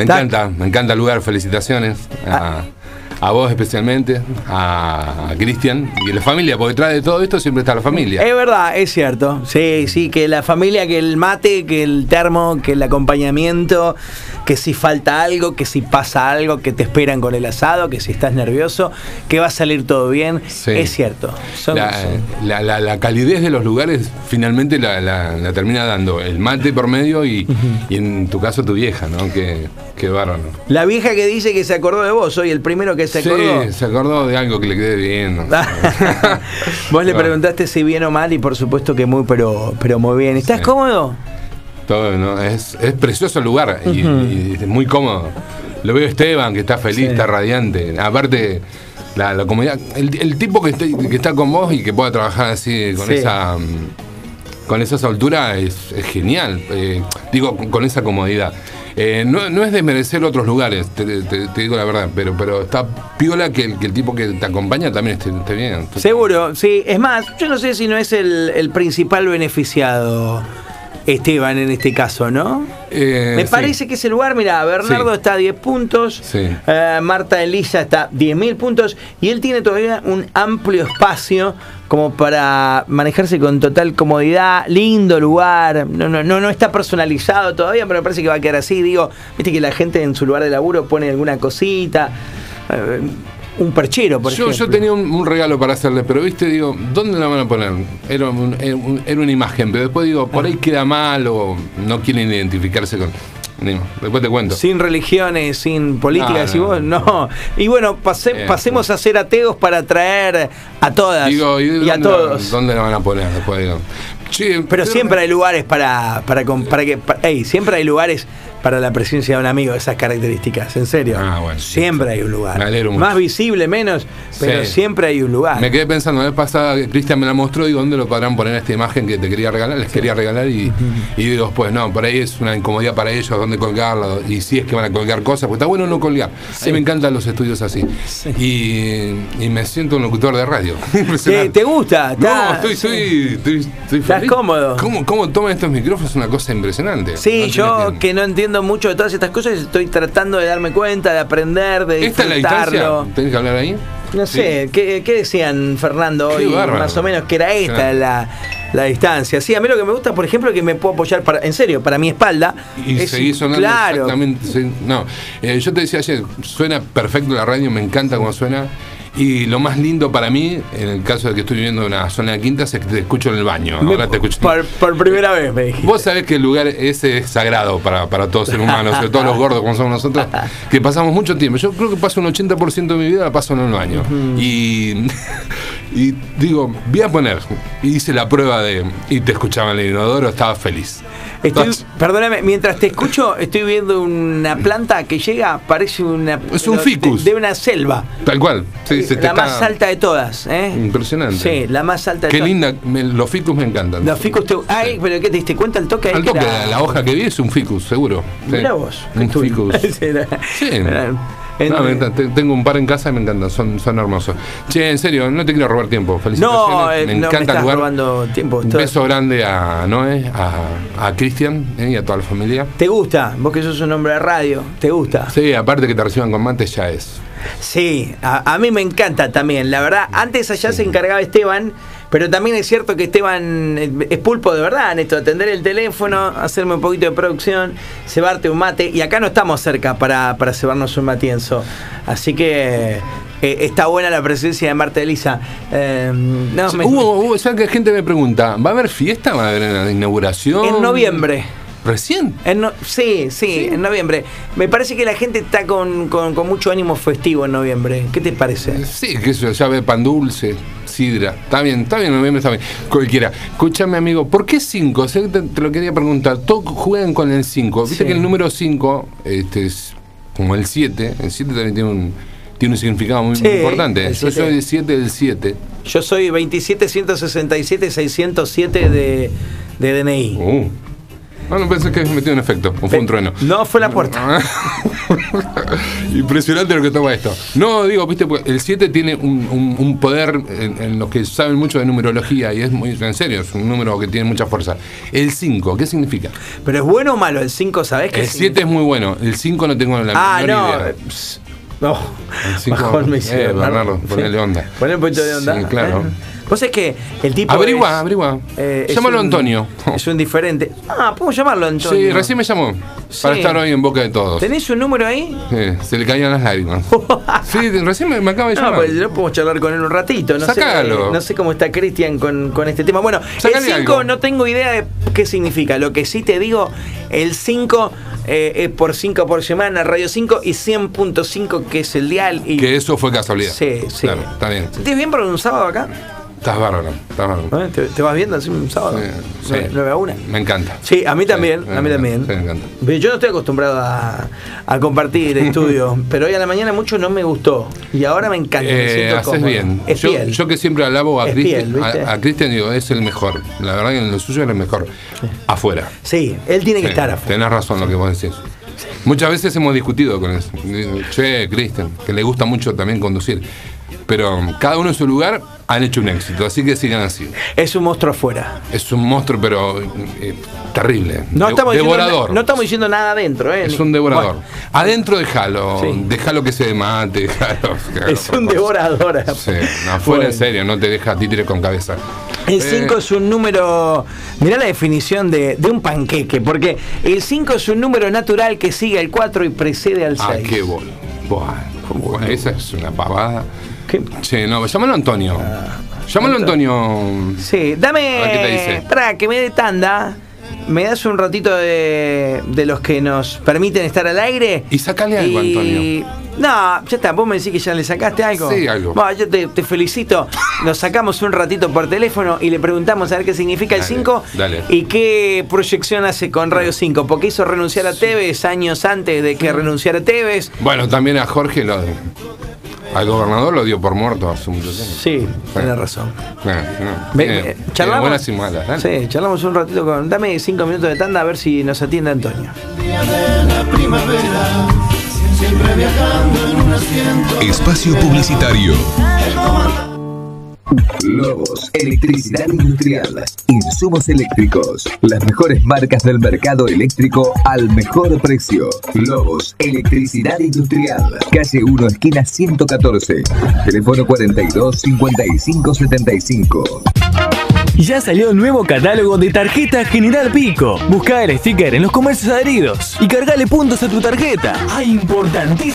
Me Da- encanta, me encanta el lugar, felicitaciones. A, a vos especialmente, a, a Cristian y a la familia, porque detrás de todo esto siempre está la familia. Es verdad, es cierto. Sí, sí, que la familia, que el mate, que el termo, que el acompañamiento, que si falta algo, que si pasa algo, que te esperan con el asado, que si estás nervioso, que va a salir todo bien. Sí. Es cierto. Son- la, eh. son- la- la- la calidez de los lugares finalmente la, la- la termina dando el mate por medio y, y en tu caso tu vieja, ¿no? Qué, qué bárbaro. La vieja que dice que se acordó de vos, soy el primero que se Sí, acordó. Ah, se acordó de algo que le quedé bien. ¿no? vos le Claro. preguntaste si bien o mal y por supuesto que muy, pero, pero muy bien. ¿Estás Sí. cómodo? Todo, ¿no? Es, es precioso el lugar y, y es muy cómodo. Lo veo a Esteban, que está feliz, está radiante. Aparte, la, la comodidad. El, el tipo que, esté- que está con vos y que pueda trabajar así, con Sí. esa mm, con esa soltura, es, es genial. Eh, digo, con con esa comodidad. Eh, no, no es desmerecer otros lugares, te, te- te digo la verdad, pero, pero está piola que el, que el tipo que te acompaña también esté, esté bien. Seguro, sí. Es más, yo no sé si no es el, el principal beneficiado Esteban en este caso, ¿no? Eh, Me sí. parece que ese lugar, mira, Bernardo Sí. está a 10 puntos, Sí. eh, Marta Elisa está 10.000 puntos y él tiene todavía un amplio espacio como para manejarse con total comodidad, lindo lugar, no, no, no, no está personalizado todavía, pero me parece que va a quedar así, digo, viste que la gente en su lugar de laburo pone alguna cosita, eh, un perchero, por yo, ejemplo. yo tenía un, un regalo para hacerle, pero viste, digo, ¿dónde la van a poner? Era, un- era un- era una imagen, pero después digo, por ahí Ah. queda mal o no quieren identificarse con. Digo, Después te cuento. Sin religiones, sin políticas, No, y no, vos no. Y bueno, pase- Bien. pasemos a ser ateos para atraer a todas Digo, y, ¿dónde, a la- todos. ¿Dónde la van a poner? Después digo. Che, Pero siempre hay lugares para, para, com- para que. pa- ey, siempre hay lugares para la presencia de un amigo de esas características, en serio. Ah, bueno. Siempre hay un lugar. Me alegro mucho. Más visible, menos, pero Sí. siempre hay un lugar. Me quedé pensando, la vez pasada Cristian me la mostró, digo, ¿dónde lo podrán poner esta imagen que te quería regalar? Les quería regalar y, y digo, pues no, por ahí es una incomodidad para ellos, ¿dónde colgarla? Y si es que van a colgar cosas, pues está bueno no colgar. A mí me encantan los estudios así. Y, y me siento un locutor de radio. ¿Te, Impresionante. te gusta? No, ¿Tá- estoy, estoy, estoy, estoy Estás feliz. cómodo. ¿Cómo, cómo toman estos micrófonos? Es una cosa impresionante. Sí, No yo tiene- que no entiendo mucho de todas estas cosas, estoy tratando de darme cuenta, de aprender, de ¿Esta es la disfrutarlo. distancia? ¿Tenés que hablar ahí? No Sí. sé, ¿qué, qué decían Fernando Qué hoy? bárbaro. Más o menos que era esta Claro. la, la distancia. Sí, a mí lo que me gusta, por ejemplo, es que me puedo apoyar, para, en serio, para mi espalda. Y Es- seguí sonando Claro. exactamente. sí. No, eh, yo te decía ayer, suena perfecto la radio, me encanta cómo suena. Y lo más lindo para mí, en el caso de que estoy viviendo en una zona de quintas, es que te escucho en el baño. Me- Ahora te escucho. por, por primera vez me dijiste. Vos sabés que el lugar ese es sagrado para, para todo ser humano, sobre todo los gordos como somos nosotros, que pasamos mucho tiempo. Yo creo que paso un 80% de mi vida la paso en el baño. y, y digo, voy a poner. Y hice la prueba de. Y te escuchaba en el inodoro, estaba feliz. Estoy- Entonces, perdóname, mientras te escucho, estoy viendo una planta que llega, parece una. Es un de- ficus. De, una selva. Tal cual. Sí, se te la más está- alta de todas, ¿eh? Impresionante. Sí, la más alta de Qué todas. linda, me- los ficus me encantan. Los ficus te. Ay, pero ¿qué te diste cuenta el toque? ahí Al que toque, era- la, la hoja que vi es un ficus, seguro. Sí. Mirá vos. qué Un tú- ficus. Era- Sí. era- No, me en- encanta, te- tengo un par en casa y me encantan, son, son hermosos. Che, en serio, no te quiero robar tiempo. Felicitaciones. No, eh, no me estás el lugar. robando tiempo. Un Estoy- beso grande a Noé, a, a Cristian eh, y a toda la familia. ¿Te gusta? Vos que sos un hombre de radio, ¿te gusta? Sí, Sí, aparte que te reciban con mate ya es. a, a mí me encanta también. La verdad, antes allá se encargaba Esteban, pero también es cierto que Esteban eh, es pulpo de verdad en esto, atender el teléfono, hacerme un poquito de producción, cebarte un mate. Y acá no estamos cerca para, para cebarnos un matienzo. Así que eh, está buena la presencia de Marta Elisa. Eh, no, me- Hubo, hubo, ¿sabes que gente me pregunta? ¿Va a haber fiesta? ¿Va a haber una inauguración? en noviembre. ¿Recién? En no- sí, sí, en noviembre. Me parece que la gente está con, con- con mucho ánimo festivo en noviembre. ¿Qué te parece? Sí, que eso, ya ve pan dulce, sidra. Está bien, está bien, noviembre está bien. Cualquiera. Escúchame, amigo, ¿por qué 5? te, te lo quería preguntar. Todos juegan con el 5. Viste Sí. que el número 5 este, es como el 7. El 7 también tiene un, tiene un significado muy, Sí, muy importante. el Yo siete. soy el 7 del 7. Yo soy 27, 167, 607 de, de DNI. Uh, No, no pensé que habías metido un efecto, o Oh, fue un trueno. Eh, No, fue la puerta. Impresionante lo que toma esto. No, digo, viste, porque el 7 tiene un, un- un poder en, en los que saben mucho de numerología y es muy, en serio, es un número que tiene mucha fuerza. El 5, ¿qué significa? Pero es bueno o malo el 5, ¿sabés qué? El 7 es muy bueno, el 5 no tengo la Ah, menor no. idea. eh, pss, No. El cinco- Bajón me eh, hicieron. Bernardo, ponele onda. Ponle un poquito de onda. Sí, claro. Eh. Vos sabés que el tipo. Averigua, es- averigua. eh, es Llámalo un- Antonio. Es un diferente. Ah, podemos llamarlo Antonio. Sí, recién me llamó para Sí. estar hoy en boca de todos. ¿Tenés un número ahí? Sí, se le caían las lágrimas. Sí, recién me, me acaba de No, llamar. pues no podemos charlar con él un ratito. No Sacalo. Sé, eh, no sé cómo está Cristian con, con este tema. Bueno, Sacale el 5 algo. no tengo idea de qué significa. Lo que sí te digo, el 5 eh, es por 5 por semana, Radio 5 y 100.5 que es el dial. Y Que eso fue casualidad. Sí, sí. Claro, está bien. ¿Sentís bien por un sábado acá? Estás bárbaro, estás bárbaro. ¿Eh? ¿Te, te vas viendo así un sábado? Sí, sí. 9 a 1. Me encanta. Sí, a mí también, Sí, a mí me también. encanta, sí, me encanta. Pero Yo no estoy acostumbrado a, a compartir estudios, pero hoy a la mañana mucho no me gustó. Y ahora me encanta, me Eh, siento haces cómodo. bien. Es yo, fiel. yo que siempre alabo a Es Cristian, fiel, ¿viste? a, a Cristian digo, es el mejor. La verdad que en lo suyo es el mejor. Afuera. Sí, él tiene que Sí, estar afuera. Tenés razón lo que vos decís. Muchas veces hemos discutido con eso. Digo, Che, Cristian, que le gusta mucho también conducir. Pero um, cada uno en su lugar han hecho un éxito, así que sigan así. Es un monstruo afuera. Es un monstruo, pero eh, terrible. No De- estamos, diciendo, devorador. na- no estamos diciendo nada adentro, ¿eh? Es un devorador. Bueno, Adentro déjalo, Sí. déjalo que se mate, déjalo. déjalo, es por un favor. devorador. Sí, no, afuera Bueno. en serio, no te deja títere con cabeza. Eh, El 5 es un número. Mirá la definición de, de un panqueque, porque el 5 es un número natural que sigue al 4 y precede al 6. Ah, qué bol. Buah, buah, esa es una pavada. ¿Qué? Che, no, llámalo Antonio. Llámalo Antonio. Sí, A ver qué te dice. dame. Para que me dé tanda. ¿Me das un ratito de, de los que nos permiten estar al aire? Y sacale algo, Y- No, ya está. Vos me decís que ya le sacaste algo. Sí, algo. Bueno, yo te, te felicito. Nos sacamos un ratito por teléfono y le preguntamos a ver qué significa el Dale, 5 dale. y qué proyección hace con Radio 5. Porque hizo renunciar a Tevez años antes de que renunciara Tevez. Bueno, también a Jorge, lo, al gobernador lo dio por muerto hace mucho tiempo. Sí, tenés razón. Eh, no, Ve- tiene- eh, tiene charlamos. buenas y malas. ¿eh? dale. Sí, charlamos un ratito con. Dame cinco minutos de tanda a ver si nos atiende Antonio. Espacio publicitario. Lobos, electricidad industrial, insumos eléctricos, las mejores marcas del mercado eléctrico al mejor precio. Lobos, electricidad industrial, calle 1, esquina 114, teléfono 42 55 75. Ya salió el nuevo catálogo de tarjeta General Pico. Busca el sticker en los comercios adheridos y cargale puntos a tu tarjeta. ¡Ah, importantísimo!